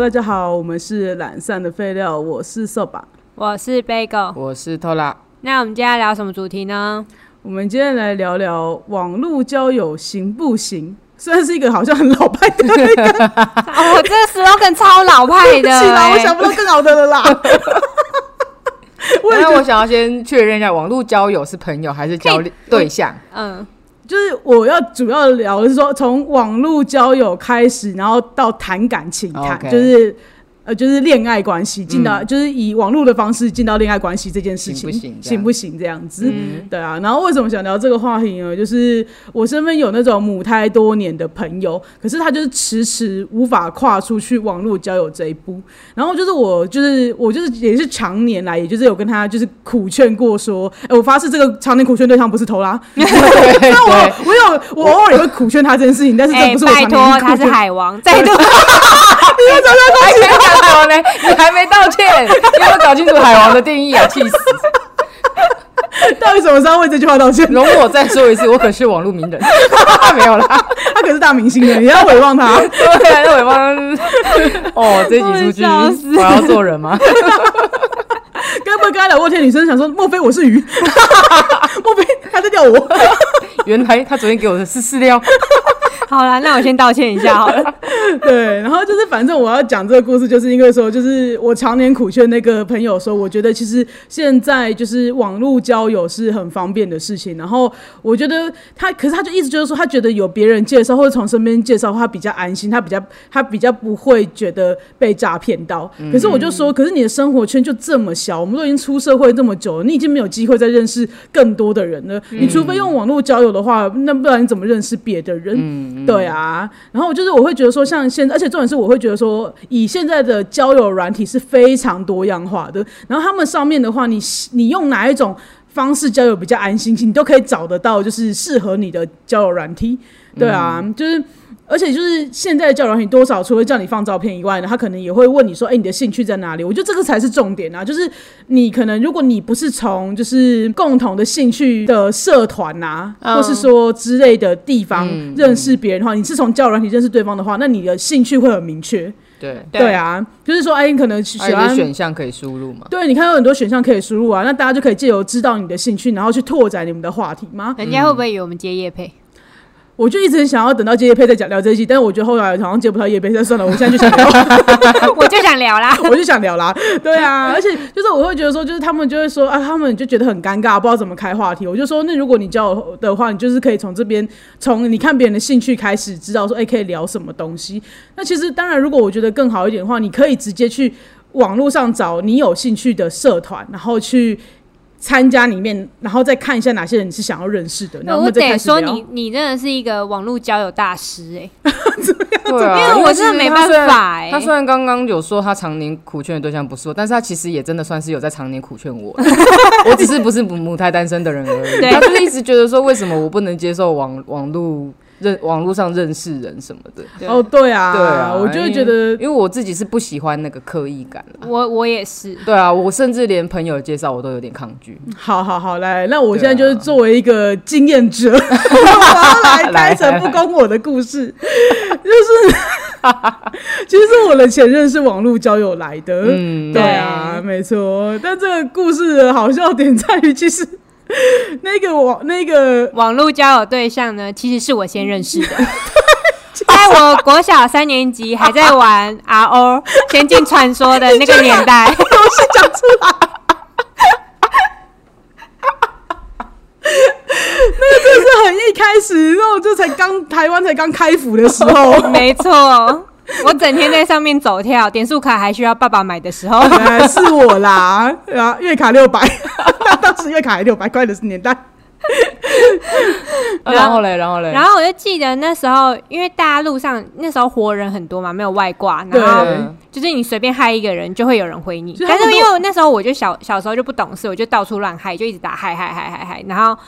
大家好，我们是懒散的废料，我是瘦吧。我是 Bagel。我是偷拉，那我们今天要聊什么主题呢？我们今天来聊聊网络交友行不行？ 虽然是一个好像很老派的东西哦，这个 slogan 超老派 的、哎啦，我欸想不到更好的了啦。我也觉那得我想要先确认一下，网络交友是朋友还是交 对象？嗯，就是我要主要聊的是说，从网络交友开始，然后到谈感情，谈哦 OK 嗯就是呃，就是恋爱关系，进到、就是以网络的方式进到恋爱关系这件事情，行不行这样嗯行不行这样子？对啊。然后为什么想聊这个话题呢？就是我身边有那种母胎多年的朋友，可是他就是迟迟无法跨出去网络交友这一步。然后就是我，就是我，就是也是常年来，也就是有跟他就是苦劝过说，哎、我发誓这个常年苦劝对象不是偷 拉， 对那我我有我偶尔也会苦劝他这件事情，但是这哎、不是我常拜年托，苦他是哎劝。 海王，再度哎还没道哎好嘞，你还没道 歉，要不要搞清楚海王的定义啊！气死！到底什么时候为这句话道歉？容我再说一次，我可是网络名人， 没有啦。他可是大明星的，你要回望 他。对啊，那尾巴哦，这集出去我会笑死我要做人吗？ 该不会跟他聊过天，女生想说，莫非我是鱼？ 莫非他在钓我？原来他昨天给我的是饲料，好啦，那我先道歉一下好了。 对，然后就是反正我要讲这个故事，就是因为说，就是我常年苦劝那个朋友说，我觉得其实现在就是网络交友是很方便的事情。然后我觉得他，可是他就一直就是说，他觉得有别人介绍或者从身边介绍的话，他比较安心，他比较他比较不会觉得被诈骗到。可是我就说，可是你的生活圈就这么小，我们都已经出社会这么久了，你已经没有机会再认识更多的人了。你除非用网络交友的话，那不然你怎么认识别的人？对啊，然后就是我会觉得说，像现在，而且重点是我会觉得说，以现在的交友软体是非常多样化的，然后他们上面的话，你你用哪一种方式交友比较安心，你都可以找得到，就是适合你的交友软体。对啊，嗯就是。而且就是现在的交友软体，多少除了叫你放照片以外呢，他可能也会问你说：“哎、你的兴趣在哪里？”我觉得这个才是重点啊！就是你可能如果你不是从就是共同的兴趣的社团呐、嗯或哦是说之类的地方嗯认识别人的话，你是从交友软体认识对方的话，那你的兴趣会很明确。对，对，啊，就是说，哎、你可能喜还有欢些选项可以输入嘛？对，你看有很多选项可以输入啊，那大家就可以借由知道你的兴趣，然后去拓展你们的话题吗？人家会不会以为我们接叶配？我就一直很想要等到接叶配再讲聊这一集，但是我觉得后来好像接不到叶配，那算了，我现在就想聊， 我就想聊啦。 我就想聊啦。对啊，而且就是我会觉得说，就是他们就会说啊，他们就觉得很尴尬，不知道怎么开话题。我就说，那如果你教我的话，你就是可以从这边从你看别人的兴趣开始，知道说，哎、可以聊什么东西。那其实当然，如果我觉得更好一点的话，你可以直接去网络上找你有兴趣的社团，然后去。参加里面，然后再看一下哪些人你是想要认识的，然后我们再开得始聊说你，你真的是一个网络交友大师哎、对因啊，为我真的其实没他办虽然法欸他虽然刚刚有说他常年苦劝的对象不是我，但是他其实也真的算是有在常年苦劝 我，我只是不是母母胎单身的人而已。对他就是一直觉得说，为什么我不能接受网网络认网络上认识人什么的？对哦，对啊，对啊，我就会觉得因为因为我自己是不喜欢那个刻意感啦。我我也是。对啊，我甚至连朋友介绍我都有点抗拒。好好好，来，那我现在对就啊是作为一个经验者，我要来开诚布公我的故事，就是，其实我的前任是网络交友来的，嗯，对啊，没错。但这个故事的好笑点在于，其实那个网那个 网络交友对象呢，其实是我先认识的。在我国小三年级还在玩 RO《仙境传说》的那个年代，东西讲出来。 那个真的是很一开始，然后就才刚台湾才刚开服的时候， 没错，我整天在上面走跳，点数卡还需要爸爸买的 时候，原来是我啦，然后月卡六百， 当时月卡还六百块的年代，啊然后嘞，然后嘞，然后我就记得那时候，因为大家路上那时候活人很多嘛，没有外挂，对然后就是你随便嗨一个人，就会有人回你就。是他但们是因为我那时候我就小小时候就不懂事，我就到处乱嗨，就一直打嗨嗨嗨嗨嗨，然后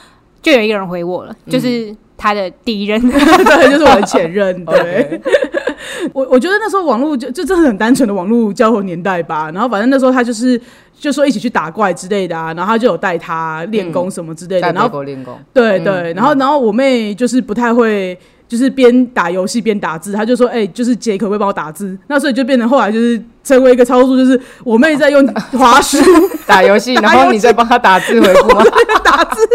就有一个人回我了，就是他的敌人。嗯 对，就是我的前 任。对 OK 我，我觉得那时候网络就就真的很单纯的网络交友年代吧。然后反正那时候他就是就说一起去打怪之类的啊，然后他就有带他练功什么之类的。带然美后国练功，对对，然后然后我妹就是不太会。就是边打游戏边打字，他就说：“哎、就是姐可不可以帮我打字？”那所以就变成后来就是成为一个操作，就是我妹在用滑鼠打游戏，然 打游后戏你再帮他打字回复吗？打字，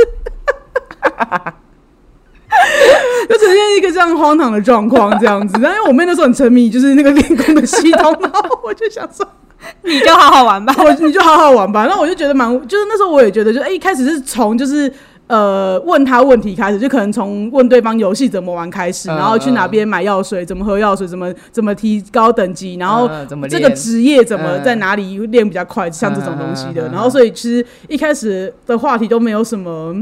就呈现一个这样荒唐的状况这样子。但因为我妹那时候很沉迷，就是那个练功的系统， 然后我就想说。 你就好好玩吧。我你就好好玩吧。那我就觉得蛮，就是那时候我也觉得就，哎一开始是从就是。呃，问他问题开始，就可能从问对方游戏怎么玩开始，嗯然后去哪边买药水，怎么喝药水，怎么怎么提高等级， 然后嗯怎么这个练职业怎么嗯在哪里练比较快，像这种东西嗯嗯的。嗯嗯然后所以其实一开始的话题都没有什么，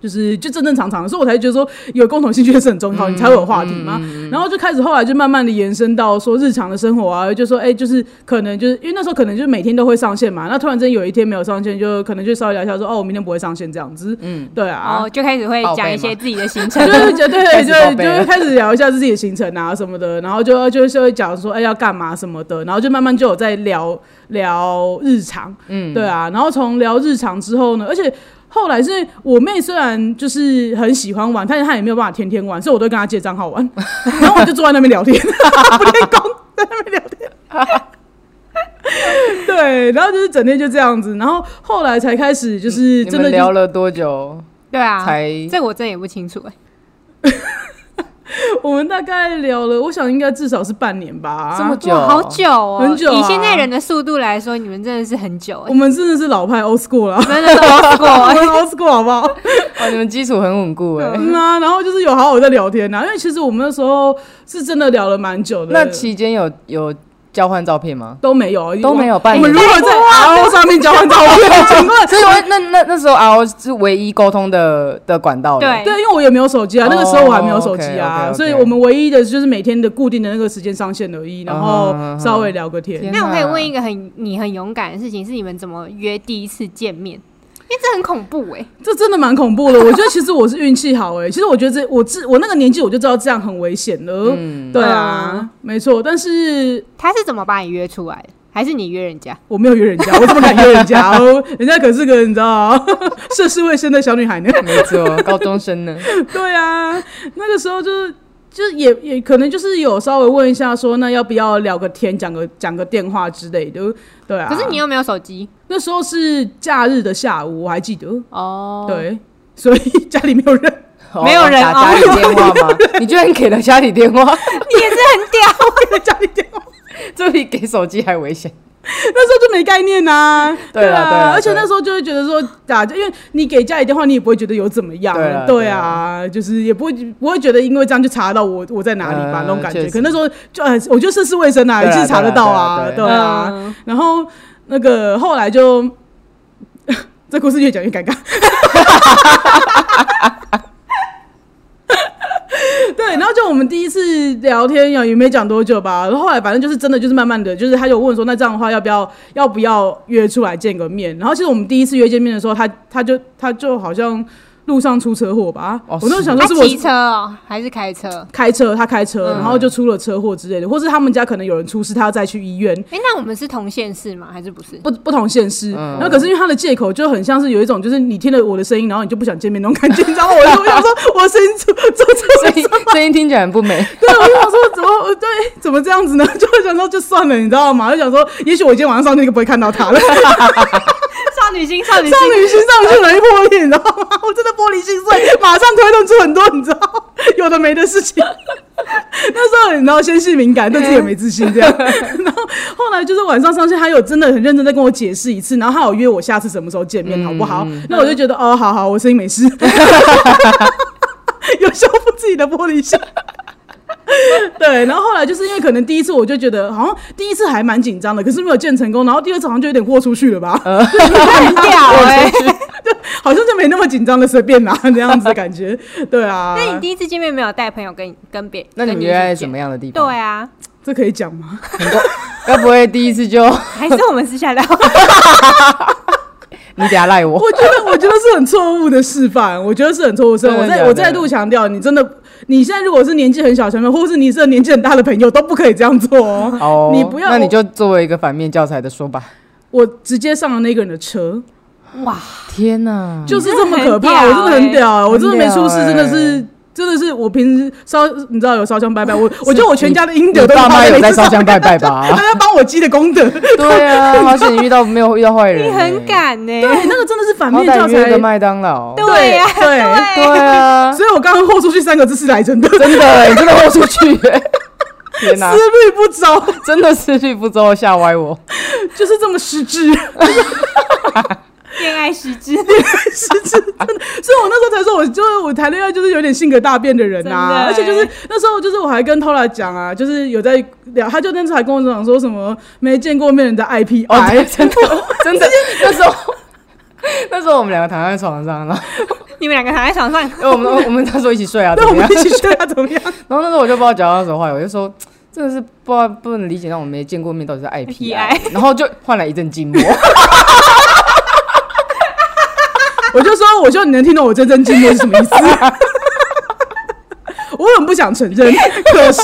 就是就正正常常的，所以我才觉得说有共同兴趣是很重要，你才会有话题嘛。嗯然后就开始后来就慢慢的延伸到说日常的生活啊，就说哎、就是可能就是因为那时候可能就是每天都会上线嘛，那突然之间有一天没有上线，就可能就稍微聊一下说哦，我明天不会上线这样子，嗯，对啊。哦，就开始会报备讲一吗些自己的行程就， 是觉得对，开始就报会备就会了开始聊一下自己的行程啊什么的，然后就就是会讲说哎、要干嘛什么的，然后就慢慢就有在聊聊日常，嗯，对啊，然后从聊日常之后呢，而且后来是因为我妹虽然就是很喜欢玩，但是她也没有办法天天玩，所以我都跟她借账号玩，然后我就坐在那边聊 天，不练功，在那边聊天。对，然后就是整天就这样子，然后后来才开始就是你真的们就是聊了多久？对啊，才这我真的也不清楚哎、我们大概聊了，我想应该至少是半年吧。这么久？哇，好久哦，很久啊以现在人的速度来说，你们真的是很久哎、我们真的是老派 old school 啦，真的是 old 我哎 school 们 old school 好不好？哇，你们基础很稳固哎、嗯啊，然后就是有好好在聊天呐、啊因为其实我们那时候是真的聊了蛮久的。那期间有有交换照片吗？都没有，都没有我半们如。年何在 RO 上面交换照片？ 请问所以我那那那时候 R 是唯一沟通的的管道了。对对，因为我也没有手机啊，那个时候我还没有哦手机啊， OK，OK，OK 所以我们唯一的就是每天的固定的那个时间上线而已，然后嗯稍微聊个天。天那我可以问一个，个很你很勇敢的事情，是你们怎么约第一次见面？因为这很恐怖哎、这真的蛮恐怖的，我觉得其实我是运气好哎、其实我觉得这我自我那个年纪我就知道这样很危险了，对啊，没错。但是他是怎么把你约出来的？还是你约人家？我没有约人家，我怎么敢约人 家？哦人家可是个你知道 涉世未深的小女孩呢。没错，高中生呢， 对啊，那个时候就是。就是也也可能就是有稍微问一下说，那要不要聊个天，讲个讲个电话之类的，对啊。可是你又没有手机那时候是假日的下午，我还记得，哦。，对，所以家里没有人， 哦哦没有人打家里电话吗？你居然给了家里电话， 你 也是很屌。在家里电话这比给手机还危 险。那时候就没概念呐、对啦对啊啦，而且对那时候就会觉得说打，因为你给家里电话，你也不会觉得有怎么样，对啦对对啊，就是也不会不会觉得因为这样就查到我我在哪里吧、嗯那种感觉。确实可那时候就呃，我觉得涉世未深啊，对啦其实查得到啊，对啦对啊。嗯然后那个后来就， 这故事越讲越尴尬。 对，然后就我们第一次聊天也也没讲多久吧，然后后来反正就是真的就是慢慢的，就是他就问说，那这样的话要不要要不要约出来见个面？然后其实我们第一次约见面的时候，他他就他就好像路上出车祸吧，哦我都想说他是我骑嗯车哦，还是开车？开车，他开车，然后就出了车祸之类的，或是他们家可能有人出事，他要再去医院，哎、那我们是同县市吗？还是不是？不不同县市，然后可是因为他的借口就很像是有一种，就是你听了我的声音，然后你就不想见面那种感觉，你知道吗？我就想说，我的声音做做声这音声音听起来很不 美。对，我就想说怎么对怎么这样子呢？ 就会想说就算了，你知道吗？就想说，也许我今天晚上上去就不会看到他了，少少女心，少女心。女心上去容易破裂，你知道吗？我真的玻璃心碎，马上推论出很多你知道有的没的事情。那时候你知道先是敏感，对自己也没自信这样。然后后来就是晚上上线，他有真的很认真在跟我解释一次，然后他有约我下次什么时候见面，好不好？那我就觉得哦，好好，我声音没事， 有修复自己的玻璃心。 对，然后后来就是因为可能第一次我就觉得好像第一次还蛮紧张的，可是没有见成功，然后第二次好像就有点豁出去了吧，很屌哎、好像就没那么紧张的，随便拿 这样子的感 觉。对啊，那你第一次见面没有带朋友跟跟别？那你们约在什么样的地方？对啊，这可以讲吗？该不会第一次就 还是我们私下聊？你等下赖 我？我觉得，我觉得是很错误的示范，我觉得是很错误的示范。我真的再假的我再度强调，你真的，你现在如果是年纪很小的小朋友，或是你是年纪很大的朋友，都不可以这样做哦。 哦，你不要那你就作为一个反面教材的说吧。我直接上了那个人的车， 哇，天哪！就是这么可你真的怕，很我屌真的很屌，我真的没出事，欸很真屌欸的是真的是我平时烧，你知道有烧香拜拜， 我我觉得我全家的阴德你都爸妈有在烧香拜拜他吧？在帮我积的 功德。哎对啊，好险你遇到没有遇到坏人、欸啊你很，敢呢、对，那个真的是反好面教歹约个材。麦当劳。对呀、对对 啊，所以我刚刚豁出去三个字是来真的，思真的、欸，你真的豁出去、欸， 天哪、虑不周，真的思绪不周，吓歪我。 就是这么失 智，恋爱实质，失智真的。 所以我那时候才说，我就是我谈恋爱就是有点性格大变的人真的呐、欸而且就是那时候就是我还跟 Tola 讲啊，就是有在聊，他就那时候还跟我讲说什么没见过面人的 IP，哦，对真 的，真的，那时候。那时候我们两个躺在床上，然后 你们两个躺在床上，因为我们我们那时候一起睡啊，怎 那我么们样一？起去啊，怎么样？然后那时候我就不知道讲到什么话，我就说真的是不知道不能理解那种没见过面到底是爱 P I，然后就换来一阵 静默。我就说，我希望你能听懂我真真经历是什么意思。我很不想承认，可 是，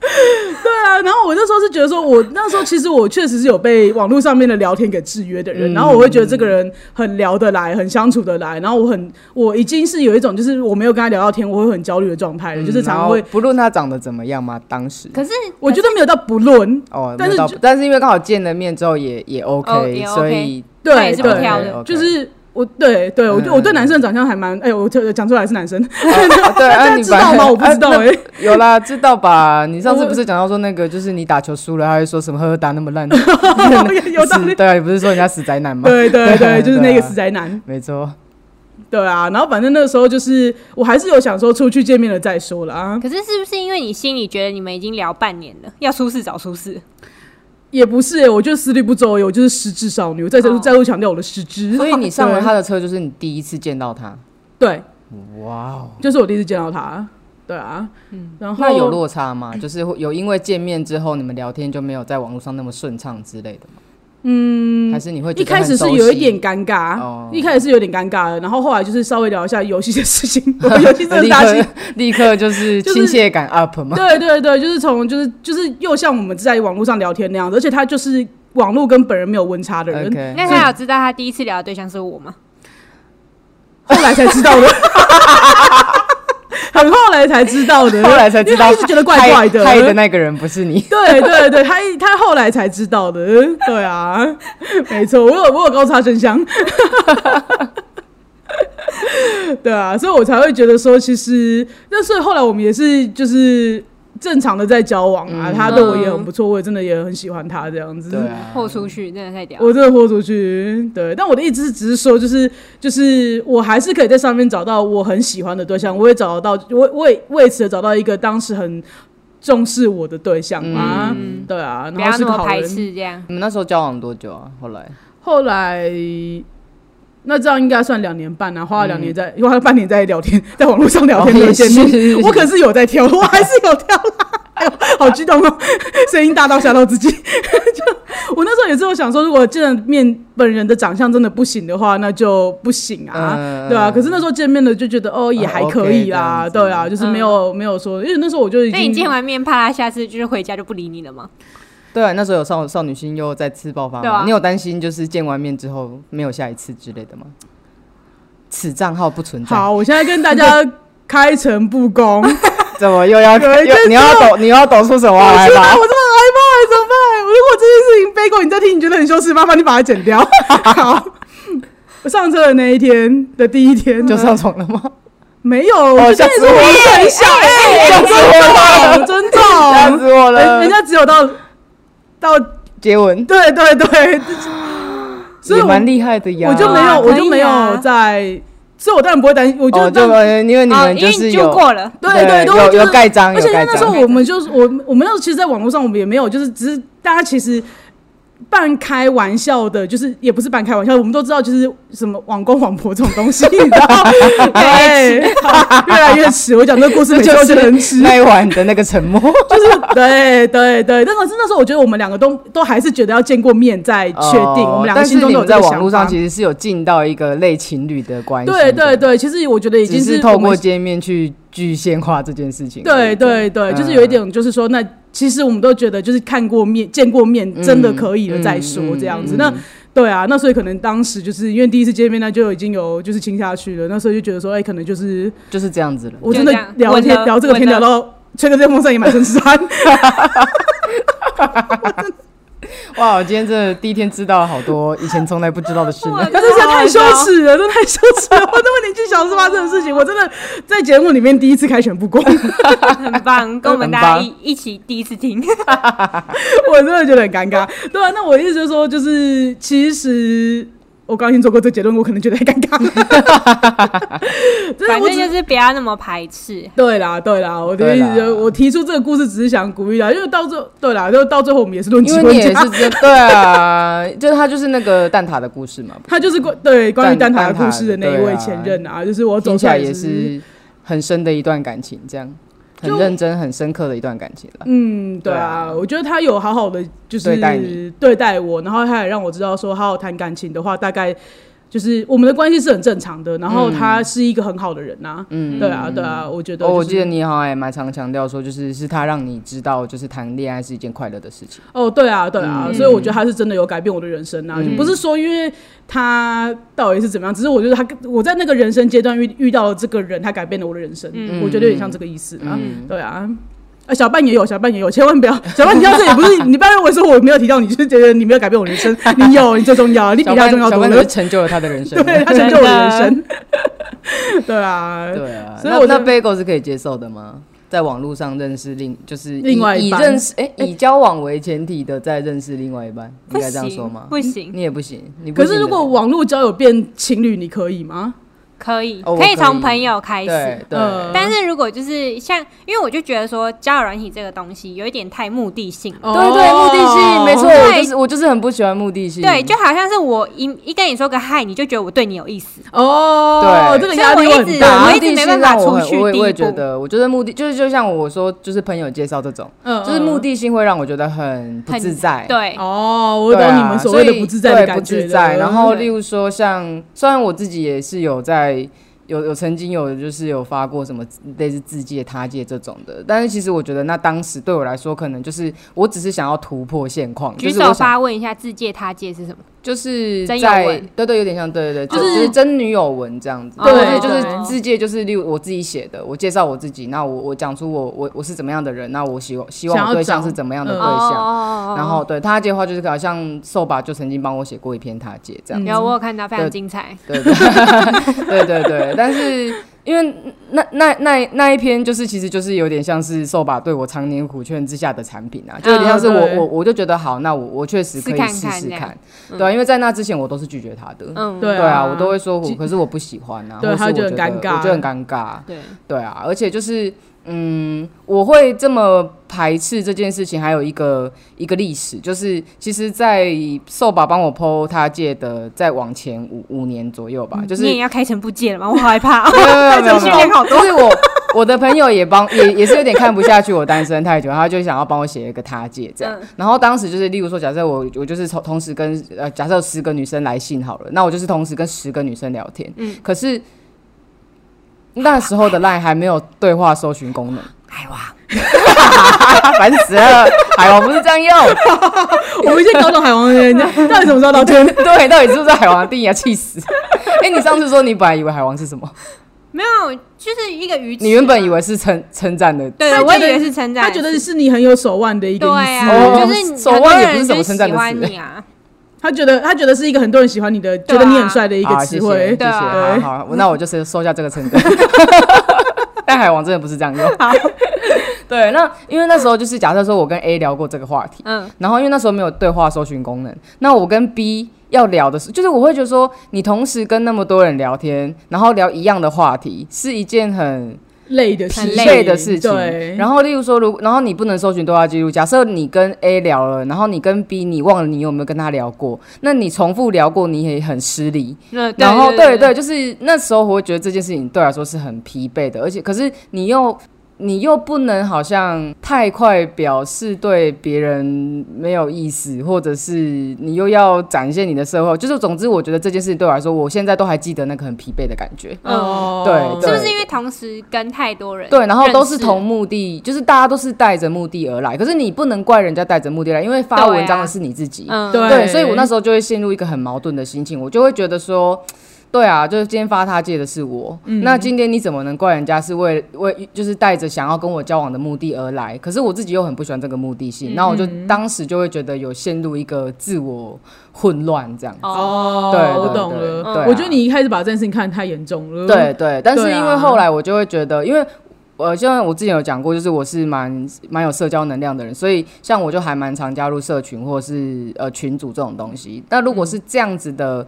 对啊。然后我那时候是觉得说我，那时候其实我确实是有被网络上面的聊天给制约的人，嗯然后我会觉得这个人很聊得来，很相处得来，然后我很我已经是有一种就是我没有跟他聊到天，我会很焦虑的状态了，就是然常后会。不论他长得怎么样嘛，当时可是我觉得没有到不论，哦，但但是是就但是因为刚好见了面之后也也 OK，、哦也 OK 所以对，他也是不对挑的 OK，OK 就是我对对我对我对嗯男生的长相还蛮哎、我特讲出来是男生，啊 对大啊，家你知道吗？我不知道嗯哎、哎、那有啦，知道吧？你上次不是讲到说那个，就是你打球输了，他会说什么呵呵打那么 烂，有道死理。对啊，你 不是说人家死宅男 吗？对对 对，啊就是那个死死，宅男，没错，对啊。然后反正那个时候就是，我还是有想说出去见面了再说了啊，可是是不是因为你心里觉得你们已经聊半年了，要出事找出事，也不是、欸，我就是思虑不周欸，我就是失智少女，我再再哦再度强调我的失智。所以你上了他的车，就是你第一次见到他， 对，哇哦，就是我第一次见到他，对啊，嗯，然后那有落差吗？就是会有因为见面之后你们聊天就没有在网络上那么顺畅之类的吗？嗯，还是你会觉一得很开始是熟悉有一点 尴尬，哦一开始是有点尴尬的，然后后来就是稍微聊一下游戏的事 情，我游戏真的立大兴刻 立刻就是就是亲切感 up 吗？对对对，就是从就是就是又像我们在网络上聊天那样子，而且他就是网络跟本人没有温差的人 OK，那他有知道他第一次聊的对象是我吗？后来才知道的， 很后来才知道的，后来才知道因为他一直觉得怪怪的，害害的那个人不是你。对对对，他一他后来才知道的，对啊，没错，我有我有高差真相，对啊，所以我才会觉得说，其实那所以后来我们也是就是正常的在交往啊，他对我也很不错，我也真的也很喜欢他这样子，对啊，豁出去真的太屌了，我真的豁出去，对。但我的意思是，只是说，就是就是，我还是可以在上面找到我很喜欢的对象，我也找得到，我我也为此找到一个当时很重视我的对象嘛，嗯对啊，不然要后是那个么好排人。斥这样。你们那时候交往多久啊？后来后来。那这样应该算两年半啊，花了两年在，花了半年在聊天， 在网络上聊天嗯哦的也见面，是我可是有在跳，我 还是有跳啦，哎呦，好激动哦， 声音大到吓到自己。 就我那时候也是有想说，如果见了面本人的长相真的不行的话，那就不行啊，嗯对啊。可是那时候见面了就觉得哦也还可以啦，哦，OK，这样子对啊，就是没有、没有说，因为那时候我就已那你经见完面，怕他下次就是回家就不理你了吗？对啊，那时候有少少女心又再次爆发对吗？啊你有担心就是见完面之后没有下一次之类的吗？此账号不存在，好，我现在跟大家开诚布 公。怎么又要有一又天你要抖你又要抖出什么我来知道，吧？我这么害怕，怎么办？如果这件事情背过你再听，你觉得很羞耻，麻烦你把它剪掉。好，我上车的那一天的第一天就上床了吗？没有，我就吓跟你死说我哎我是很小，吓死我哎了！尊吓死重，我人了人！家只有到到，接吻对对对，所以也我蛮厉害的呀，我就没有，可以啊我就没有在，所以我当然不会担心，我就哦，就当因为你哦，们因就为你是就有过 了，对对，都会有就是有盖章，而有且盖那时候章。我们就是我我们那时候其实，在网络上我们也没有，就是只是大家其实半开玩笑的，就是也不是半开玩笑，我们都知道就是什么网公网婆这种东西，你知道？ 哎对，好越来越迟。我讲这个故事每次就都觉是得很迟，那一晚的那个沉默，就是对对对。但是那时候我觉得我们两个都都还是觉得要见过面再 确定，哦我们两个但是心中你都有们这在个网想络上法。其实是有进到一个类情侣的关系，对对，对，其实我觉得已经只是我透们过见面去具现化这件事情而对已。对嗯对，就是有一点，就是说，嗯那其实我们都觉得，就是看过面、见过面，真的可以了再说这样子。那对啊，那所以可能当时就是因为第一次见面，那就已经有就是亲下去了，那时候就觉得说，哎、可能就是就是这样子了。我就真的这样聊稳天了聊这个天聊稳到吹个电风扇也满身是 汗，哇，我今天真的第一天知道了好多以前从来不知道的事。哇但是这太羞耻了，这太羞耻了！我这么年纪小就发生的事情，我真的在节目里面第一次开诚布公，很棒，跟我们大家一一起第一次 听， 我真的觉得很尴尬。对啊，那我意思就是说，就是其实我刚刚已经做过这结论，我可能觉得很 尴尬。真的，反我正只就是不要那么排斥。对啦，对啦，我的意思对啦就是，我提出这个故事只是想鼓励啦，因为到最对啦，就到最后我们也是论及因为论你也家是。真对啊，就是他就是那个蛋挞的故事嘛，他就是关对关于蛋蛋挞的蛋挞故事的那一对位啊前任啊，就是我走听起出来来也是，是很深的一段感情，这样很就认真、很深刻的一段感情了。嗯，对对啊，啊我觉得他有好好的就是对待你对待我，然后他也让我知道说，好好谈感情的话，大概就是我们的关系是很正常的，然后他是一个很好的人呐、嗯，对啊，对啊，我觉得、嗯哦，我记得得你好像也蛮常强调说，就是是他让你知道，就是谈恋爱是一件快乐的事情。哦，对啊，对嗯啊，所以我觉得他是真的有改变我的人生啊，就不是说因为他到底是怎么样，只是我觉得他我在那个人生阶段遇遇到了这个人，他改变了我的人生，嗯我觉得有点像这个意思啊，嗯对啊。啊，小半也有，小半也有，千万 不要，小半你要这也不是，你不要认为说我没有提到你，就是觉得你没有改变我人 生，你有，你最重要，你比小他班重要小多班了 只，成就了他的人生。 对，他成就我的人 生，对啊，对啊，所以那我那就 Bagel 是可以接受的吗？在网络上认识另就是以另外一以半认识哎、以交往为前提的再认识另外一半，不应该这样说吗行，？不行，你也不行，你不可行是的如果网络交友变情侣，你可以吗？可以，哦我可以可从以朋友开始对。对、呃但是如果就是像，因为我就觉得说交友软体这个东西有一点太目的性了。对对，哦目的性没错，对我就是我就是很不喜欢目的性，对，就好像是我一一跟你说个嗨，你就觉得我对你有意思，哦，对啊这个压力所以我一很直大，我目一的直没性办法让我出很去我也第我也一觉步得，我觉得目的就是就像我说，就是朋友介绍这种，嗯就是目的性会让我觉得很不很自在。对，哦，我对啊，懂你们所谓的不自在所以的对感觉不了嗯自在。然后，对例如说像，虽然我自己也是有在有有曾经有就是有发过什么类似自介、他介这种的，但是其实我觉得那当时对我来说，可能就是我只是想要突破现况，就举是我手想发问一下，自介他介是什么？就是真有在文对对有点像，对对对，就就是哦是就是真女友文这样子，对或者就是对自介，就是例如我自己写的，我介绍我自己，那我我讲出我我我是怎么样的人，那我希望希望想要我对象找是怎么样的嗯对哦象，哦然后对他介的话就是好像瘦吧就曾经帮我写过一篇他介这样，有我有看到非常对精彩，对 对对对对，但是因为那那那那一篇就是其实就是有点像是瘦吧对我常年苦劝之下的产品啊，就有点像是嗯我对我我就觉得好，那我我确实试可以看试看试这样看，对啊，因为在那之前我都是拒绝他的，嗯，对对啊，我都会会说我，其可是我不喜欢啊，对或是他我就很觉得尴尬我觉得很尴尬，对，对啊，而且就是嗯，我会这么排斥这件事情，还有一个一个历史，就是其实，在瘦宝帮我剖他借的，在往前五五年左右吧，就是嗯你也要开诚布介了吗？我好害怕哦，没有没有没有开始训练好多就是我。我的朋友也帮也也是有点看不下去我单身太久，他就想要帮我写一个他借这样。然后当时就是，例如说，假设我我就是同同时跟呃，假设有十个女生来信好了，那我就是同时跟十个女生聊天。嗯，可是那时候的 LINE 还没有对话搜寻功能，哎哇， 烦死了！海王不是这样用， 我们先搞懂海王 人家到底怎么知道聊天？对，到底是不是海王的定义啊？气死！哎、你上次说你本来以为海王是什么？没有，就是一个鱼翅嘛，你原本以为是称称赞的啊对，他我觉以得为是称赞，他觉得是你很有手腕的一个对意思，啊，哦就是手很多腕也不是人什么就称喜赞的欢词你啊，他觉得他觉得是一个很多人喜欢你的，觉得你很帅的一个啊词汇谢谢，谢谢，对啊好好，那我就是收下这个称赞。 但海王真的不是这样用。对，那因为那时候就是假设说我跟 A 聊过这个话题，嗯，然后因为那时候没有对话搜寻功能，那我跟 B 要聊的是，就是我会觉得说，你同时跟那么多人聊天，然后聊一样的话题，是一件很累的事很情，累累的事情。对，然后后，例如说，如然后你不能搜寻对话记录。假设你跟 A 聊了，然后你跟 B，你忘了你有没有跟他聊过，那你重复聊过，你也很失礼。那对然后对对，就是那时候我会觉得这件事情对我来说是很疲惫的，而且可是你又你又不能好像太快表示对别人没有意思，或者是你又要展现你的社会，就是总之，我觉得这件事情对我来说，我现在都还记得那个很疲惫的感觉。哦，对是对不是因为同时跟太多人对，然后都是认识同目的，就是大家都是带着目的而来。可是你不能怪人家带着目的来，因为发对啊文章的是你自己。嗯对对，所以我那时候就会陷入一个很矛盾的心情，我就会觉得说。对啊，就是今天发他借的是我，那今天你怎么能怪人家是为为就是带着想要跟我交往的目的而来？可是我自己又很不喜欢这个目的性，那、我就当时就会觉得有陷入一个自我混乱这样。哦，对对我懂对了。对啊我觉得你一开始把这件事情看得太严重了。对对，但是对啊因为后来我就会觉得，因为。呃，像我之前有讲过，就是我是蛮蛮有社交能量的人，所以像我就还蛮常加入社群或者是呃群组这种东西。那如果是这样子嗯的，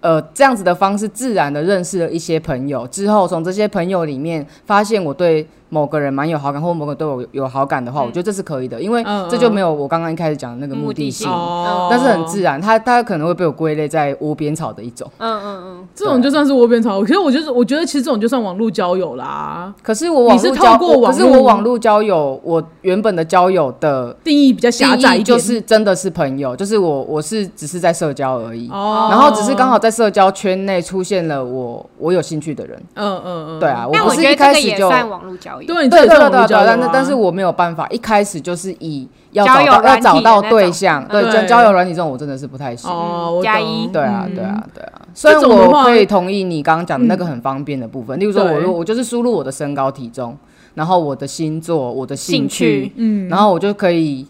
呃，这样子的方式，自然的认识了一些朋友之后，从这些朋友里面发现我对某个人蛮有好感，或某个人对我有好感的话，我觉得这是可以的，因为嗯这就没有我刚刚一开始讲的那个目目的的性性，哦，但是很自然，它它可能会被我归类在窝边草的一种。嗯嗯这种就算是窝边草。可是我就是我觉得其实这种就算网络交友啦，可是我网你是络透交，过我网可是络我网络交友，我原本的交友的定义比较定狭窄一点。义就是真的是朋友，就是我我是只是在社交而已，哦，然后只是刚好在社交圈内出现了我我有兴趣的人，嗯嗯嗯，对啊，嗯，但不我是觉得一开这个始也就。算网络交友，对，你这对也对算对网络对交友对，啊但但是我没有办法，一开始就是以要交找友到软要体找的到那对种象，对对交交友软体这种我真的是不太行。哦，我加懂一对啊，嗯对啊，对啊。虽然这种的我话嗯可以同意你刚刚讲的那个很方便的部分，例如说，我对如我就是输入我的身高体重，然后我的星座、我的兴兴趣嗯然后我就可以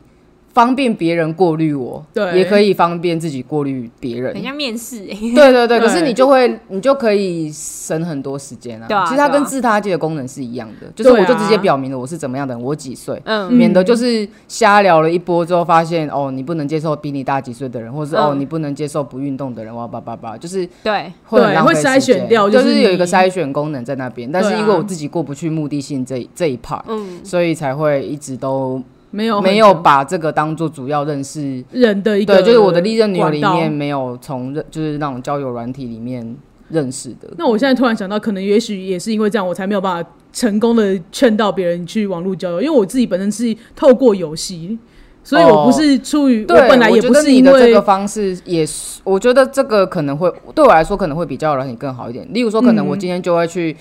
方便别人过滤我，对也可以方便自己过滤别人很。像面试哎、 对对对，对可是你就会，你就可以省很多时间啊。对啊其实它对啊跟自他界的功能是一样的，就是我就对啊直接表明了我是怎么样的人，我几岁，啊嗯免得就是瞎聊了一波之后，发现哦，你不能接受比你大几岁的人，或是、哦，嗯你不能接受不运动的人，哇叭叭叭，就是 对，会很对浪会费筛时选间掉就就是是有一个你筛选功能在那边，但是对啊因为我自己过不去目的性这一这一 part，、嗯，所以才会一直都没有没有把这个当做主要认识。人的一个对，就是我的历任女友里管面道。没有从认，就是那种交友软体里面认识的。那我现在突然想到，可能也许也是因为这样，我才没有办法成功的劝到别人去网络交友，因为我自己本身是透过游戏，所以我不是出于、哦对，本来也觉不得是你因的这为个方式也是，我觉得这个可能会对我来说可能会比较软体更好一点。例如说，可能我今天就会去，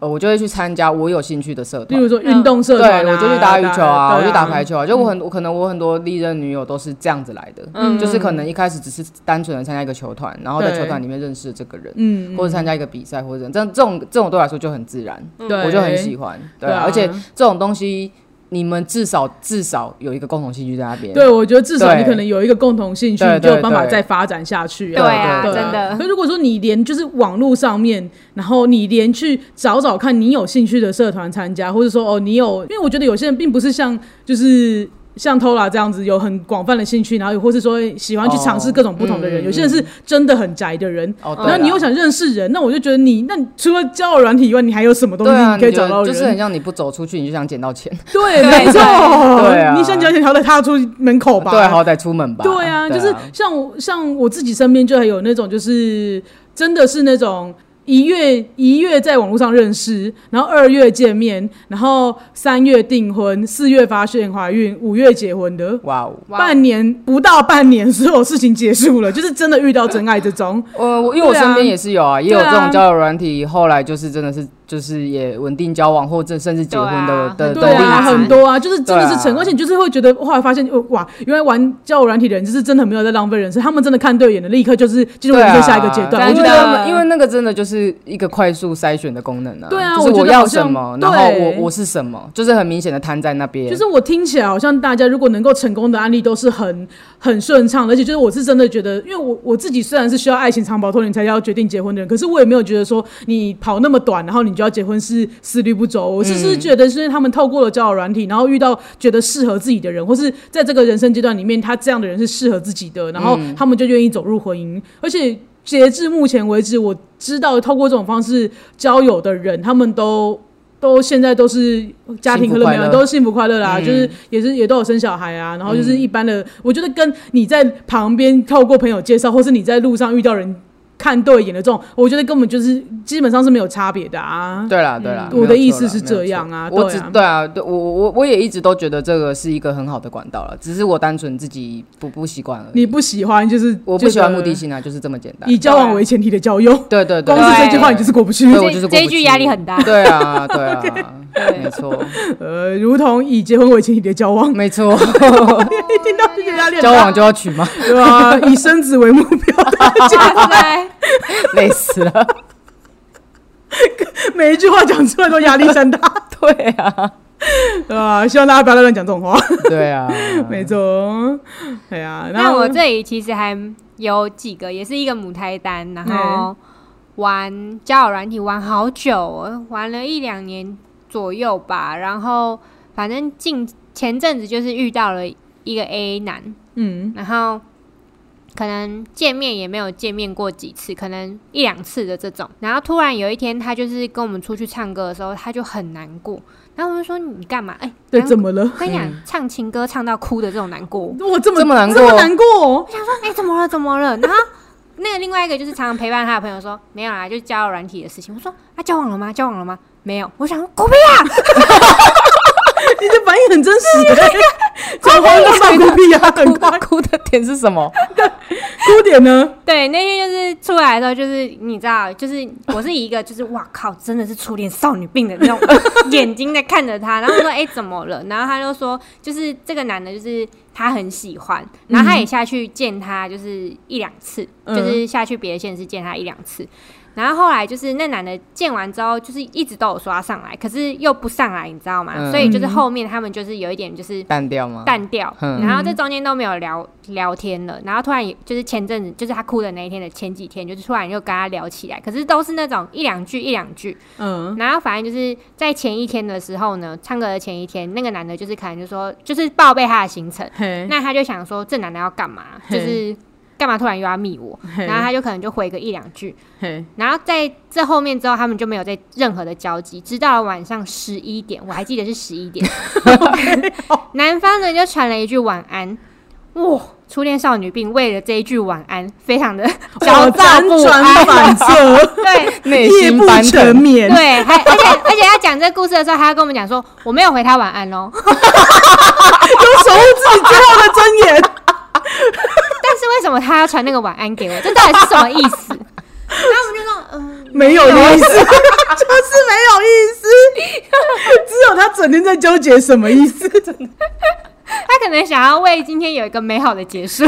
呃，我就会去参加我有兴趣的社例团如。说运动社团、啊嗯对，我就去打羽球啊，对嗯我去打排球啊，就我很我可能我很多历任女友都是这样子来的，嗯就是可能一开始只是单纯的参加一个球团，然后在对球团里面认识这个人，嗯，嗯或者参加一个比赛或者这样，这种这种对我来说就很自然，嗯对，我就很喜欢，对对啊啊，而且这种东西你们至少至少有一个共同兴趣在那边，对，我觉得至少对你可能有一个共同兴趣，对你就有对办法对再发展下去、对啊。啊，对对真的可是如果说你连就是网络上面，然后你连去找找看你有兴趣的社团参加，或者说哦，你有，因为我觉得有些人并不是像就是。像 Tola 这样子有很广泛的兴趣，然后也或是说喜欢去尝试各种不同的人，哦嗯有些人是真的很宅的人，哦，对然后嗯你啦又想认识人，那我就觉得你，那你除了交友软体以外，你还有什么东西对啊，可以就找到人？就是很像你不走出去，你就想捡到钱。对，对没错，对啊你想交钱，好歹踏出门口吧，对，啊好歹出门吧。对啊，就是像我像我自己身边就还有那种，就是真的是那种一月一月在网络上认识，然后二月见面，然后三月订婚，四月发现怀孕，五月结婚的。哇哦，哇 半年不到半年，所有事情结束了，就是真的遇到真爱这 种。呃，我因为我对啊身边也是有啊，也有对啊这种交友软体，后来就是真的是就是也稳定交往或者甚至结婚的对啊的对的例啊，都子很。多啊，就是真的是对啊成，而且你就是会觉得，后来发现，哦哇，原来玩交友软体的人就是真的很没有在浪费人生，他们真的看对眼了，立刻就是进入对人啊，生下一个阶段。我因觉为得得因为那个真的就是一个快速筛选的功能啊。对啊就是我觉我得要好像什么，对然后我我是什么，就是很明显的摊在那边。就是我听起来好像大家如果能够成功的案例都是很很顺畅的，而且就是我是真的觉得，因为我我自己虽然是需要爱情长跑拖你才要决定结婚的人，可是我也没有觉得说你跑那么短，然后你就要结婚是思虑不周。我只嗯是觉得是他们透过了交友软体，然后遇到觉得适合自己的人，或是在这个人生阶段里面，他这样的人是适合自己的，然后嗯他们就愿意走入婚姻，而且。截至目前为止，我知道透过这种方式交友的人，他们都都现在都是家庭和乐美幸福快满，乐都幸福快乐啦，嗯就是也是也都有生小孩啊，然后就是一般的，我觉得跟你在旁边透过朋友介绍，或是你在路上遇到人。看对眼的这种，我觉得根本就是基本上是没有差别的啊。 对啦，对啦，我的没有意错思啦是没有这样错啊我对只啊对啊，对我我我我也一直都觉得这个是一个很好的管道了，只是我单纯自己不不习惯而嗯已。你不喜欢就是我不喜欢目的，性啊，就是这么简单以。交往为前提的交友，对对对，啊光是这对句话你就是过不去对。啊我就是这过这一不句去压力很大。对啊，对啊，没错，呃，如同以结婚为前提的交 往，没错，一听到就觉得压力很交大往就要娶 吗？对吧？以生子为目 标，哇塞，累死了。每一句话讲出来都压力山大，对啊，对吧？希望大家不要乱讲这种话，对啊，没错。对嗯啊，然那后我这里其实还有几个，也是一个母胎单，然嗯后玩交友软体玩好久哦，玩了一两年左右吧。然后反正近前阵子就是遇到了一个 A 男，嗯然后可能见面也没有见面过几次，可能一两次的这种。然后突然有一天，他就是跟我们出去唱歌的时候，他就很难过。然后我就说：“你干嘛？”哎、对，然后怎么嗯了？我跟你讲，唱情歌唱到哭的这种难过。我这么这么难过这么难过，我想说，哎、怎么了？怎么了？然后那个另外一个就是常常陪伴他的朋友说，没有啦，就是交友软体的事情。我说，啊，交往了吗？交往了吗？没有。我想说，狗屁啊！ 你的反应很真实欸， 怎么都上哭屁啊，很快哭的点是什么？哭点呢？对，那天就是出来的时候，就是你知道，就是我是一个就是哇靠，真的是初恋少女病的那种 眼睛在看着他，然后我说哎、怎么了？然后他就说就是这个男的，就是他很喜欢，然后他也下去见他就是一两次，嗯就是下去别的县市见他一两次。然后后来就是那男的见完之后，就是一直都有说要上来，可是又不上来，你知道吗？嗯所以就是后面他们就是有一点就是淡掉啊吗？淡掉，嗯然后这中间都没有聊聊天了，然后突然也就是前阵子，就是他哭的那一天的前几天，就是突然又跟他聊起来，可是都是那种一两句一两句，嗯然后反正就是在前一天的时候呢，唱歌的前一天，那个男的就是可能就说就是报备他的行程，嘿，那他就想说这男的要干嘛，嘿就是干嘛突然又要密我，嘿然后他就可能就回个一两句， 嘿，然后在这后面之后，他们就没有在任何的交集，直到了晚上十一点，我还记得是十一点，男方呢就传了一句晚安，哇，初恋少女病为了这一句晚安，非常的焦脚躁辗不转安，反侧，对。内 夜心不翻成腾，眠。对，还而且而且他讲这故事的时候，还要跟我们讲说，我没有回他晚安 哦，用守护自己最后的尊严。但是为什么他要传那个晚安给我？这到底是什么意思？ 然后我们就说，嗯、 没有意思， 就是没有意思， 只有他整天在纠结什么意思，真的，他可能想要为今天有一个美好的结束。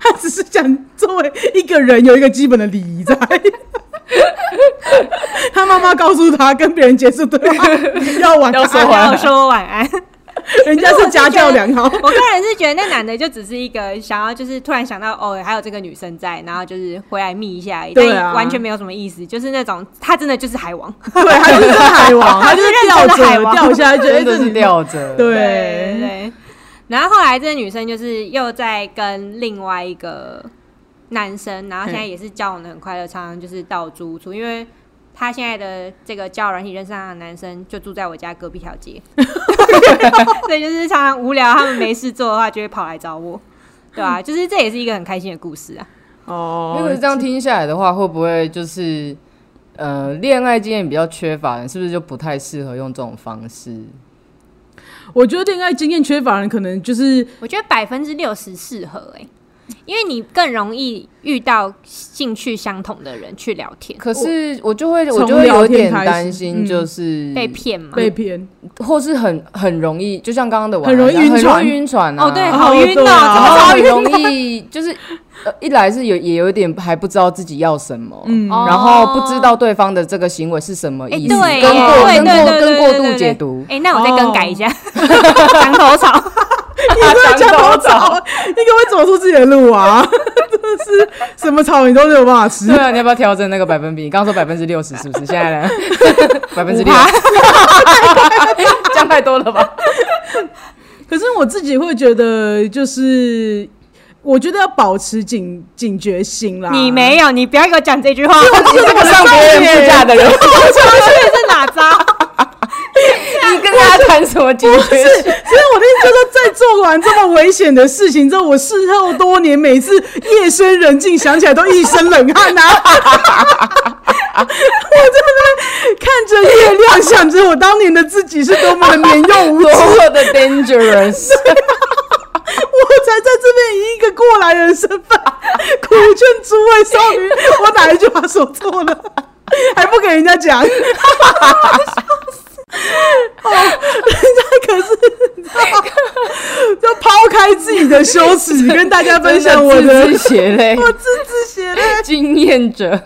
他只是想作为一个人有一个基本的礼仪在。 他妈妈告诉他，跟别人结束对 话要晚要说安，晚安要说晚 安。人家是家教良好。 我个人是觉得那男的就只是一个想要，就是突然想到哦，还有这个女生在，然后就是回来密一下而已，对啊但完全没有什么意思，就是那种他真的就是海王，对，他就是海 王，他就是吊他是认真的海着王掉下哎来，觉得真的是这吊着。对对，对。然后后来这个女生就是又在跟另外一个男生，然后现在也是交往的很快乐，常常就是到租屋处，因为。他现在的这个交友软体认识他的男生，就住在我家隔壁条街，所以就是常常无聊，他们没事做的话，就会跑来找我，对啊，就是这也是一个很开心的故事啊。哦如果是这样听下来的话，会不会就是呃，恋爱经验比较缺乏的人，是不是就不太适合用这种方式？我觉得恋爱经验缺乏人，可能就是我觉得百分之六十适合哎、因为你更容易遇到兴趣相同的人去聊天，可是我就会，从我就会有聊天点开始担心，嗯就是、被骗嘛。被骗。或是很很容易，就像刚刚的晚安很容易一样晕船很容易晕船啊。哦，对，哦好晕对哦、啊然怎么后好很晕？容易就是，呃，一来是有也有一点还不知道自己要什么，嗯哦然后不知道对方的这个行为是什么意思，哎对跟过耶跟对过对对跟对过对度对解对读，哎、那我再更哦改 一下，墙、头草。啊你墙头草， 你可不可以走出自己的路啊？ 真的是什么草你都没有办法吃 对。啊，你要不要调整那个百分比？你刚刚说百分之六十是 不是？现在呢？百分之六， 这样太多了吧？可是我自己会觉得，就是我觉得要保持警警觉心啦。你没有，你不要给我讲这句话，我就是个上别人副驾的人，是哪招？ 你跟他谈什么解决？所以我的意思就是说，在做完完这么危险的事情之后，我事后多年每次夜深人静想起来都一身冷汗啊！ 我真的看着月亮，想着我当年的自己是多么的年幼无多知，么的 dangerous，我才在这边以一个过来人的身份啊苦劝诸位少女，我哪一句话说错了？ 还不给人家讲，哦， 人家可是你知道吗就抛开自己的羞 耻，跟大家分享我真的的字字血泪，我字字血泪，经验者，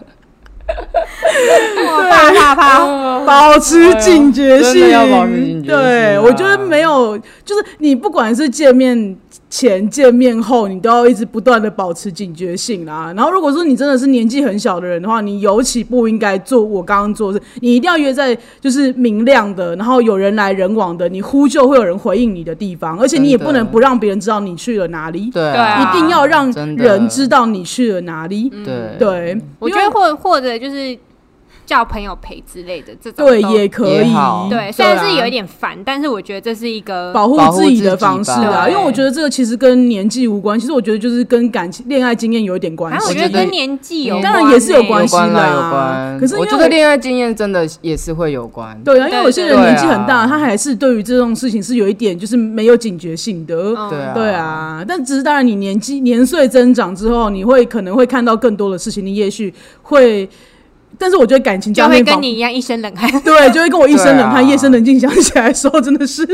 我怕怕怕，嗯保持警觉性，真的要保持警觉性啊对，我觉得没有，就是你不管是见面前、见面后，你都要一直不断的保持警觉性啦。然后，如果说你真的是年纪很小的人的话，你尤其不应该做我刚刚做的事，你一定要约在就是明亮的，然后有人来人往的，你呼救会有人回应你的地方，而且你也真不的能不让别人知道你去了哪里，对对啊啊，一定要让真的人知道你去了哪里。对对，嗯我因觉为得或或者就是叫朋友陪之类的这种对都也可也以好，对，虽然啊是有一点烦，但是我觉得这是一个保护保护自己自的己方式吧啊，因为我对觉得这个其实跟年纪无关，其实我觉得就是跟感情、恋爱经验有一点关反正系。啊我觉我得觉得跟年纪有当然也是有关关欸系关啦，啦有关。可是因为我觉我得恋爱经验真的也是会有关，对啊，因对为有些人对年纪很对大，啊他还是对于这种事情是有一点就是没有警觉性的。嗯对啊，对啊，但只是当然，你年纪年岁增长之后，你会可能会看到更多的事情，你也许会，但是我觉得感情欸就方面会跟反你一样一身冷汗， 对，就会跟我一身冷汗、对啊夜深人静想起来的时候，真的是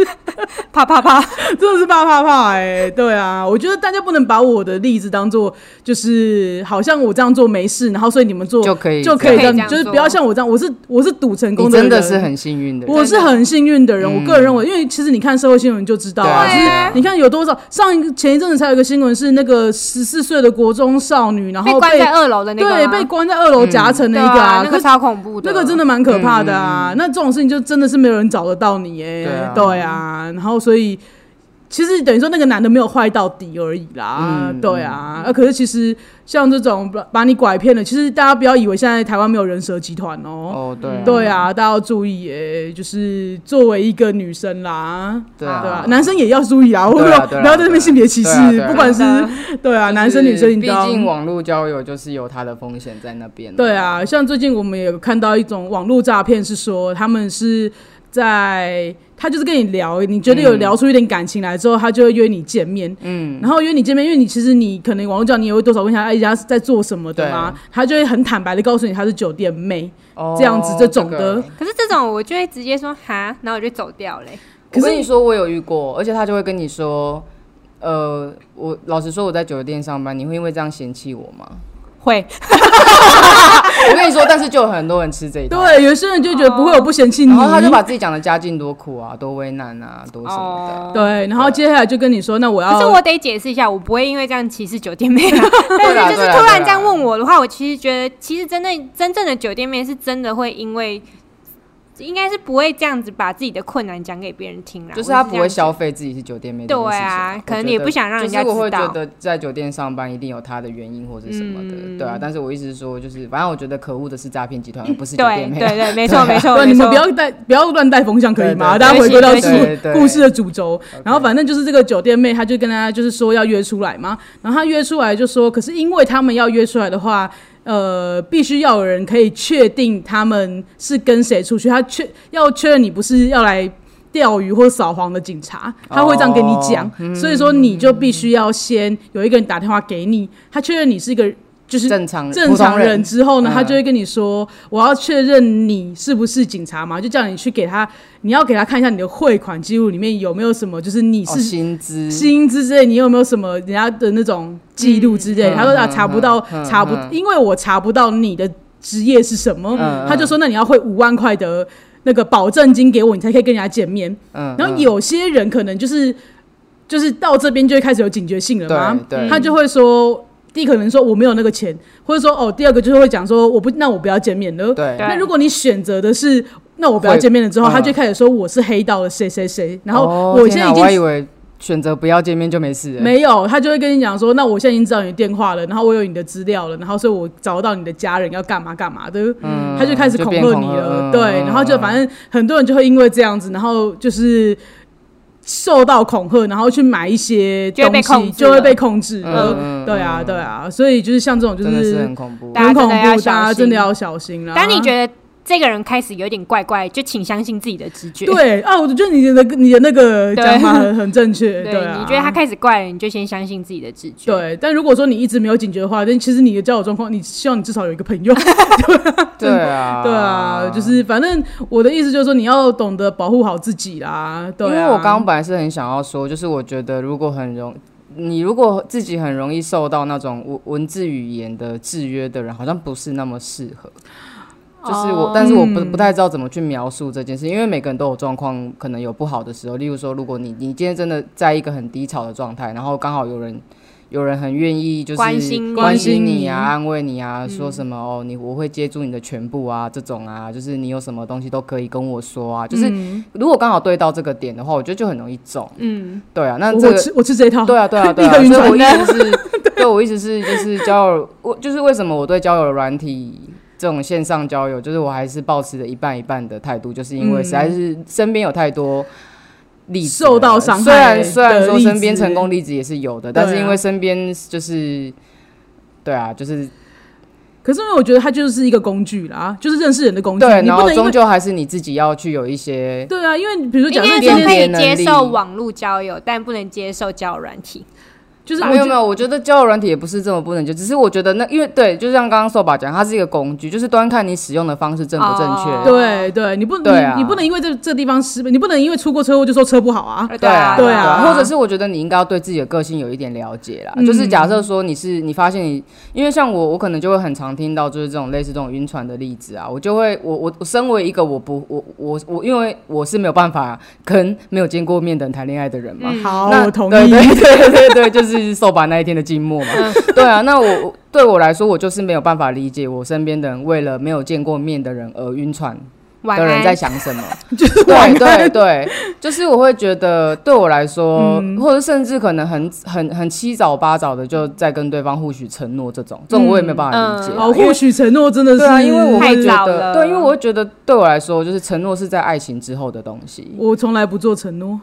啪啪啪。 真的是怕怕怕哎、对啊，我觉得大家不能把我的例子当做就是好像我这样做没事，然后所以你们做就可以就可以这这样样，就是做不要像我这样，我是我是赌成功你的人，真的是很幸运的人，我是很幸运的人，我个人认为，因为其实你看社会新闻就知道啊，对就是啊你看有多少上一个前一阵子才有一个新闻是那个十四岁的国中少女，然被后关在二楼的那个吗，对被关在二嗯楼夹层的对一个啊，那可个是超恐怖的，那个真的蛮可怕的啊！那这种事情就真的是没有人找得到你耶、嗯对啊对啊，然后所以其实等于说那个男的没有坏到底而已啦，嗯对啊。啊，可是其实像这种把把你拐骗了，其实大家不要以为现在台湾没有人蛇集团哦。哦，对对啊，大家要注意耶、就是作为一个女生啦，对对啊啊，，男生也要注意啊，我对啊对啊不要在那边性别歧对啊视对，啊不管是真的对啊，就是男生女生，你毕知道。竟网络交友就是有它的风险在那边。对，啊，像最近我们也有看到一种网络诈骗，是说他们是在他就是跟你聊，你觉得有聊出一点感情来之后，他就会约你见面。嗯，然后约你见面，因为你其实你可能网络交友你也会多少问一下，哎，人家是在做什么的嘛对，他就会很坦白的告诉你他是酒店妹。哦这样子这种的个可是这种我就会直接说哈，然后我就走掉嘞、可可是是你说我有遇过，而且他就会跟你说，呃，我老实说我在酒店上班，你会因为这样嫌弃我吗？ 会，我跟你说，但是就有很多人吃这一套。对，有些人就觉得不会，我不嫌弃你。哦然后他就把自己讲的家境多苦啊，多危难啊，多什么的。哦，对，啊然后接下来就跟你说，那我要，可是我得解释一下，我不会因为这样歧视酒店 妹、啊。对啦但是就是对啦突然对啦这样问我的话，我其实觉得，其实真正真正的酒店妹是真的会因为，应该是不会这样子把自己的困难讲给别人听啦。就是他不会消消。费自己是酒店妹这对件事情啊啊，我觉得可能也不想让人家就是我会知道觉得在酒店上班一定有他的原因或是什么的，嗯对啊。但是我意思是说，就是反正我觉得可恶的是诈骗集团，而不是酒对店妹。对对，没错没错，对，啊你们没错 不要带，不要乱带风向，可以吗？对对大家回归到对故对对故事的主轴。然后反正就是这个酒店妹，她就跟大家就是说要约出来嘛。然后她约出来就说，可是因为他们要约出来的话，呃，必须要有人可以确定他们是跟谁出去。她确要确认你不是要来。钓鱼或扫黄的警察，他会这样跟你哦讲，嗯所以说你就必须要先有一个人打电话给你，他确认你是一个就是正常正常人之后呢，嗯他就会跟你说：“我要确认你是不是警察嘛，就叫你去给他，你要给他看一下你的汇款记录里面有没有什么，就是你普是通人哦薪资薪资之类，你有没有什么人家的那种记录之类。嗯他说：“啊，嗯查不到，嗯查不嗯，因为我查不到你的职业是什么。嗯他就说：“那你要汇五万块的那个保证金给我，你才可以跟人家见面。嗯然后嗯有些人可能就是就是到这边就会开始有警觉性了嘛，对对他就会说，第一可能说我没有那个钱，或者说哦，第二个就是会讲说我不，那我不要见面了。对对那如果你选择的是那我不要见面了之后，会嗯他就开始说我是黑道的谁谁谁，然后哦我天现在哪已我还以经。为选择不要见面就没事了，没有，他就会跟你讲说，那我现在已经知道你的电话了，然后我有你的资料了，然后所以我找到你的家人要干嘛干嘛的，嗯他就开始恐变吓你恐了，嗯对，然后就嗯反正很多人就会因为这样子，然后就是受到恐吓，然后去买一些就会东被控西，制就会了被控制。嗯呃，对啊，对啊，所以就是像这种就真的是是很恐怖。大家很恐真的要怖，小大家真的心要小心啦。当你觉得这个人开始有点怪怪，就请相信自己的直觉。对啊，我觉得你的你的那个对讲法很很正确， 对，对啊，你觉得他开始怪了，你就先相信自己的直觉。对，但如果说你一直没有警觉的话，但其实你的交友状况，你希望你至少有一个朋 友。对啊，对啊，就是反正我的意思就是说，你要懂得保护好自己啦。对、啊，因为我刚刚本来是很想要说，就是我觉得如果很容，你如果自己很容易受到那种文文字语言的制约的人，好像不是那么适合。就是哦哦我，但是我嗯不不太知道怎么去描述这件事，因为每个人都有状况，可能有不好的时候。例如说，如果你你今天真的在一个很低潮的状态，然后刚好有人有人很愿意就是关心你嗯关心你啊，关心你安慰你啊，说什么哦，你我会接住你的全部啊，这种啊，就是你有什么东西都可以跟我说啊。就是如果刚好对到这个点的话，我觉得就很容易中。嗯，对啊，那我这我个吃我吃这一套。对 啊，对啊，对啊，立刻所以晕船我一直是， 对我一直是就是交友，我就是为什么 我对交友软体这种线上交友，就是我还是保持着一半一半的态度，就是因为实在是身边有太多。例子了受到伤害虽然虽然的说例子身边成功例子也是有的，对啊但是因为身边就是，对啊，就是可是因为我觉得它就是一个工具啦，就是认识人的工具。对，你然不后能因终为究还是你自己要去有一些，对啊，因为比如说应假设该今是天可以连接能力受网络交友，但不能接受交友软体。就是啊没有我没有，我觉得交友软体也不是这么不能就，只是我觉得那因为对，就像刚刚瘦宝讲，它是一个工具，就是端看你使用的方式正不正确。哦就对对，你不对啊你你不能因为这这地方失败，你不能因为出过车祸就说车不好啊。呃对啊，对啊或者是我觉得你应该要对自己的个性有一点了解啦。就是假设说你是你发现你，因为像我，我可能就会很常听到就是这种类似这种晕船的例子啊，我就会我我我身为一个我不我我我，因为我是没有办法跟没有见过面的人谈恋爱的人嘛，好，嗯那哦我同对 意。对对对对，就是扫把那一天的静默嘛。对啊，那我我对我来说，我就是没有办法理解我身边的人为了没有见过面的人而晕船晚的人在安，想 什么。对对对，就是我会觉得对我来说，嗯或者甚至可能很很很七早八早的就在跟对方互许承诺这种，这种我也没办法理解啊、哦，因为或许承诺真的是对啊，因为我太会觉早得，了对，因为我会觉得对我来说，就是承诺是在爱情之后的东西。我从来不做承诺，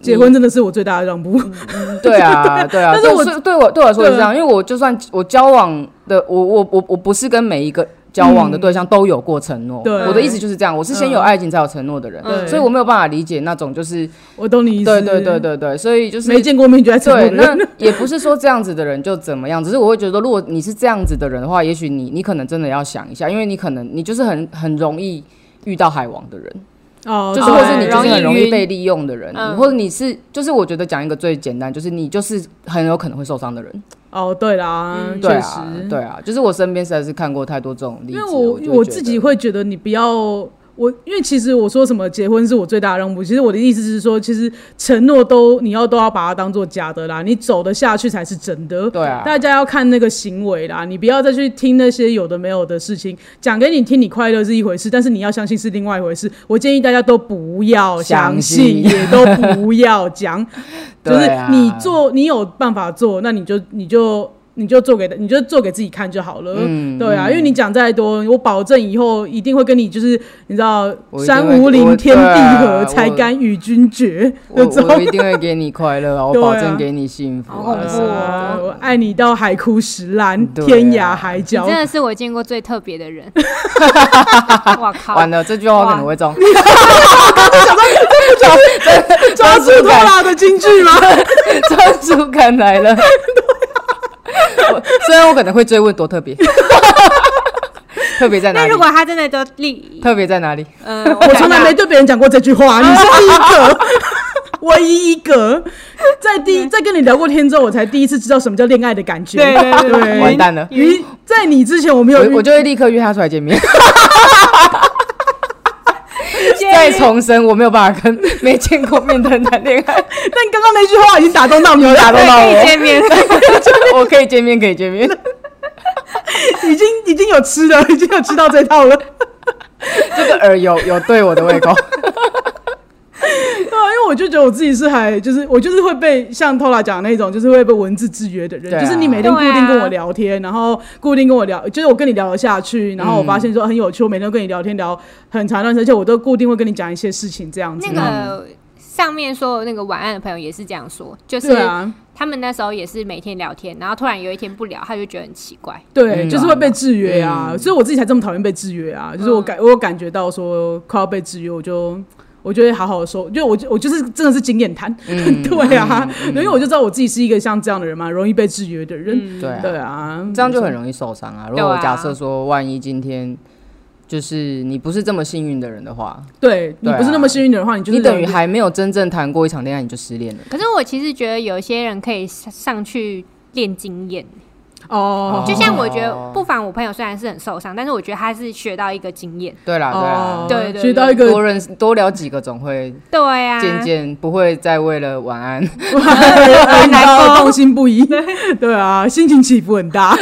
结婚真的是我最大的让步。对啊，对啊，但是我对对我对我来说也是这对样，因为我就算我交往的，我我我我不是跟每一个交往的对象都有过承诺，嗯对我的意思就是这样，我是先有嗯爱情才有承诺的人，对所以我没有办法理解那种就是我懂你意思。对对对对对，所以就是没见过面就在承对，诺的那人。也不是说这样子的人就怎么样，只是我会觉得，如果你是这样子的人的话，也许你你可能真的要想一下，因为你可能你就是很很容易遇到海王的人，哦，就是对或是你就是容易很容易晕被利用的人，嗯或者你是就是我觉得讲一个最简单，就是你就是很有可能会受伤的人，哦，对啦，嗯确对实啊，对啊，就是我身边实在是看过太多这种例子，因为我就我觉自己得会觉得你不要我，因为其实我说什么结婚是我最大的让步，其实我的意思是说，其实承诺都你要都要把它当做假的啦，你走得下去才是真的。对啊大家要看那个行为啦，你不要再去听那些有的没有的事情，讲给你听，你快乐是一回事，但是你要相信是另外一回事。我建议大家都不要相信，相信也都不要讲， 就是对啊你做，你有办法做，那你就你就。你就做给你就做给自己看就好了，嗯对啊，因为你讲再多，我保证以后一定会跟你就是你知道我一定会山无我陵天对啊地合，我才敢与君绝我那种。我一定会给你快乐啊，我 对啊保证给你幸福好啊，恐什怖么哦啊我爱你到海枯石烂，对啊天涯海你角真。的是我见过最特别 的人。哇靠！完了，这句话我可能哇 会中。 抓住拖拉的金句吗？专注感 来了。我虽然我可能会追问多特别， 特别在哪那里如？果他真的都立，特别在哪里？ 嗯，我看从来到没对别人讲过这句话，你是第一 个，唯一一个，在第在跟你聊过天之后，我才第一次知道什么叫恋爱的感觉。对对对对完 蛋了，于在你之前，我没有遇我我就会立刻约他出来见面。再重申，我没有办法跟没见过面的人谈恋 爱，但刚刚那句话已经打动到你了，打动到可以我，见 面， 我可以见面，可以见面，已经已经有吃了， 已经有吃到这套了。 这个饵有有对我 的胃口。对啊，因为我就觉得我自己是还就是我就是会被像 Tola 讲的那种，就是会被文字制约的人，对啊就是你每天固对定啊跟我聊天，然后固定跟我聊，就是我跟你聊得下去，然后我发现说很有趣，我每天都跟你聊天聊很长一段时间，而且我都固定会跟你讲一些事情这样子。那个上面说的那个晚安的朋友也是这样说，就是对啊，他们那时候也是每天聊天，然后突然有一天不聊，他就觉得很奇怪。对，嗯就是会被制约啊，所以我自己才这么讨厌被制约啊。就是我嗯感，我有感觉到说快要被制约，我就我就会好好说，因为我就我就是真的是经验谈，嗯对啊，因为我就知道我自己是一个像这样的人嘛，容易被制约的嗯人，对啊对啊，这样就很容易受伤啊。如果对我啊假设说，万一今天就是你不是这么幸运的人的话，对你对啊不是那么幸运的话，你就是你等于还没有真正谈过一场恋爱，你就失恋了。可是我其实觉得有些人可以上上去练经验，哦，就像我觉哦得，不妨我朋友虽然是很受伤，但是我觉得他是学到一个经验。对啊啦，对啦哦，对对学到一个多认识多聊几个，总会对啊，渐渐不会再为了晚安。很高动心不一，对啊，心情起伏很大。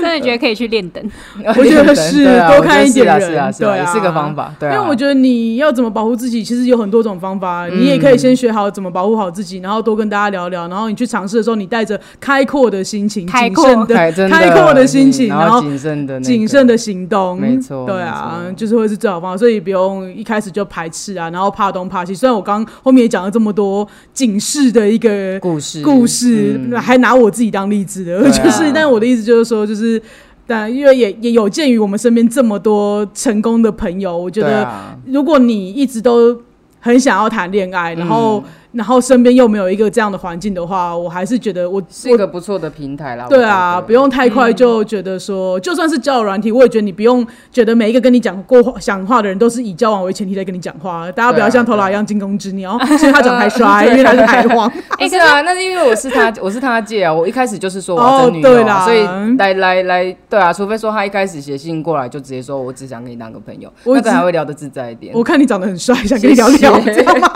真的觉得可以去练等。 我觉得是对啊多我觉得看一是啊点人是啊是对啊，啊也是个方法。对因啊，为我觉得你要怎么保护自己，其实有很多种方法。嗯你也可以先学好怎么保护好自己，然后多跟大家聊聊。然后你去尝试的时候，你带着开阔的心情、开谨阔慎开哎的、真嗯开阔的心情，然然后后谨慎的那个谨慎的行动。没错对啊没错，就是会是最好方法。所以不用一开始就排斥啊，然后怕东怕西。虽然我刚后面也讲了这么多警示的一个故事故事，嗯还拿我自己当例子的，对啊就是，但我的意思就是说，就是。但因为也也有鉴于我们身边这么多成功的朋友，我觉对得啊如果你一直都很想要谈恋爱，然后、嗯然后身边又没有一个这样的环境的话，我还是觉得我是一个不错的平台啦。对我啊，觉得不用太快就觉得说，就算是交友软体，我也觉得你不用觉得每一个跟你讲过话、讲话的人都是以交往为前提在跟你讲话，大家不要像头对啊老一样惊弓之鸟，啊 所以他长太帅，因为他是台皇。哎、是啊，那是因为我是他，我是他姐啊。我一开始就是说我哦要真女友、对啊啦所以来来来，对啊，除非说他一开始写信过来就直接说我只想跟你当个朋友，我那只可能还会聊得自在一点。我看你长得很帅，想跟你聊聊，谢谢知道吗？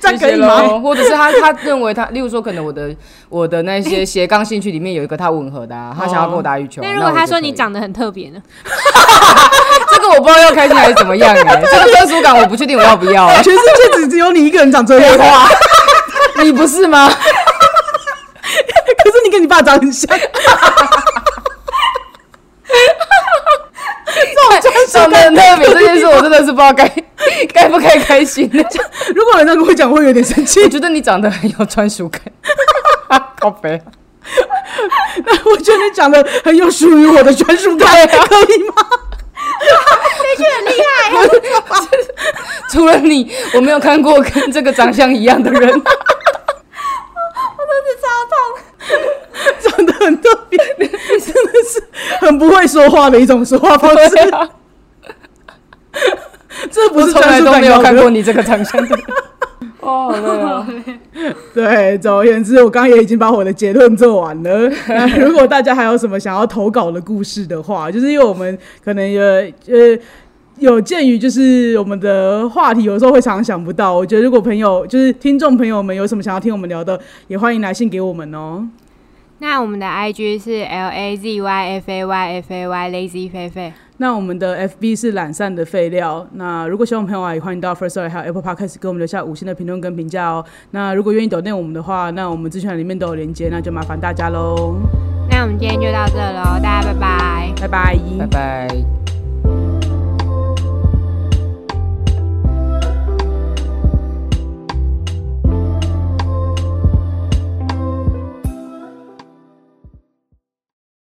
这样可以谢谢吗？咯？或者是他他认为他，例如说可能我的我的那些斜杠兴趣里面有一个他吻合的、啊，他想要跟我打羽球。那如果我他就说可以你长得很特别呢？这个，我不知道要开心还是怎么样哎、这个特殊感我不确定我要不要、啊。全世界只只有你一个人长这 样，可你不是吗？是你跟你爸长很像， 长得很特别这件事，我真的是不知道该 该不该开心。如果有人这样跟我讲，我会有点生气 我。觉得你长得很有专属感， 好肥。啊 我觉得你长得很有属于我的专属感，啊可以吗？ 除了你，我没有看过跟这个长相一样的 人。哦长得很特别，真的是很不会说话的一种说话方式。对啊，这不我是从来专属都感没有高看的过你这个长相 的人。哦，对啊，对，总而言之，我刚刚也已经把我的结论做完 了。那如果大家还有什么想要投稿的故事的话，就是因为我们可能呃呃。有鉴于就是我们的话题有时候会常常想不到，我觉得如果朋友就是听众朋友们有什么想要听我们聊的，也欢迎来信给我们哦。那我们的 IG 是 L A Z Y F A Y F A Y Lazy 菲菲。那我们的 FB 是懒散的废料。那如果喜欢我们朋友啊，也欢迎到 First Story 还有 Apple Podcast 给我们留下五星的评论跟评价哦。那如果愿意抖内我们的话，那我们资讯栏里面都有连接，那就麻烦大家喽，那我们今天就到这喽，大家拜拜。拜拜，拜拜。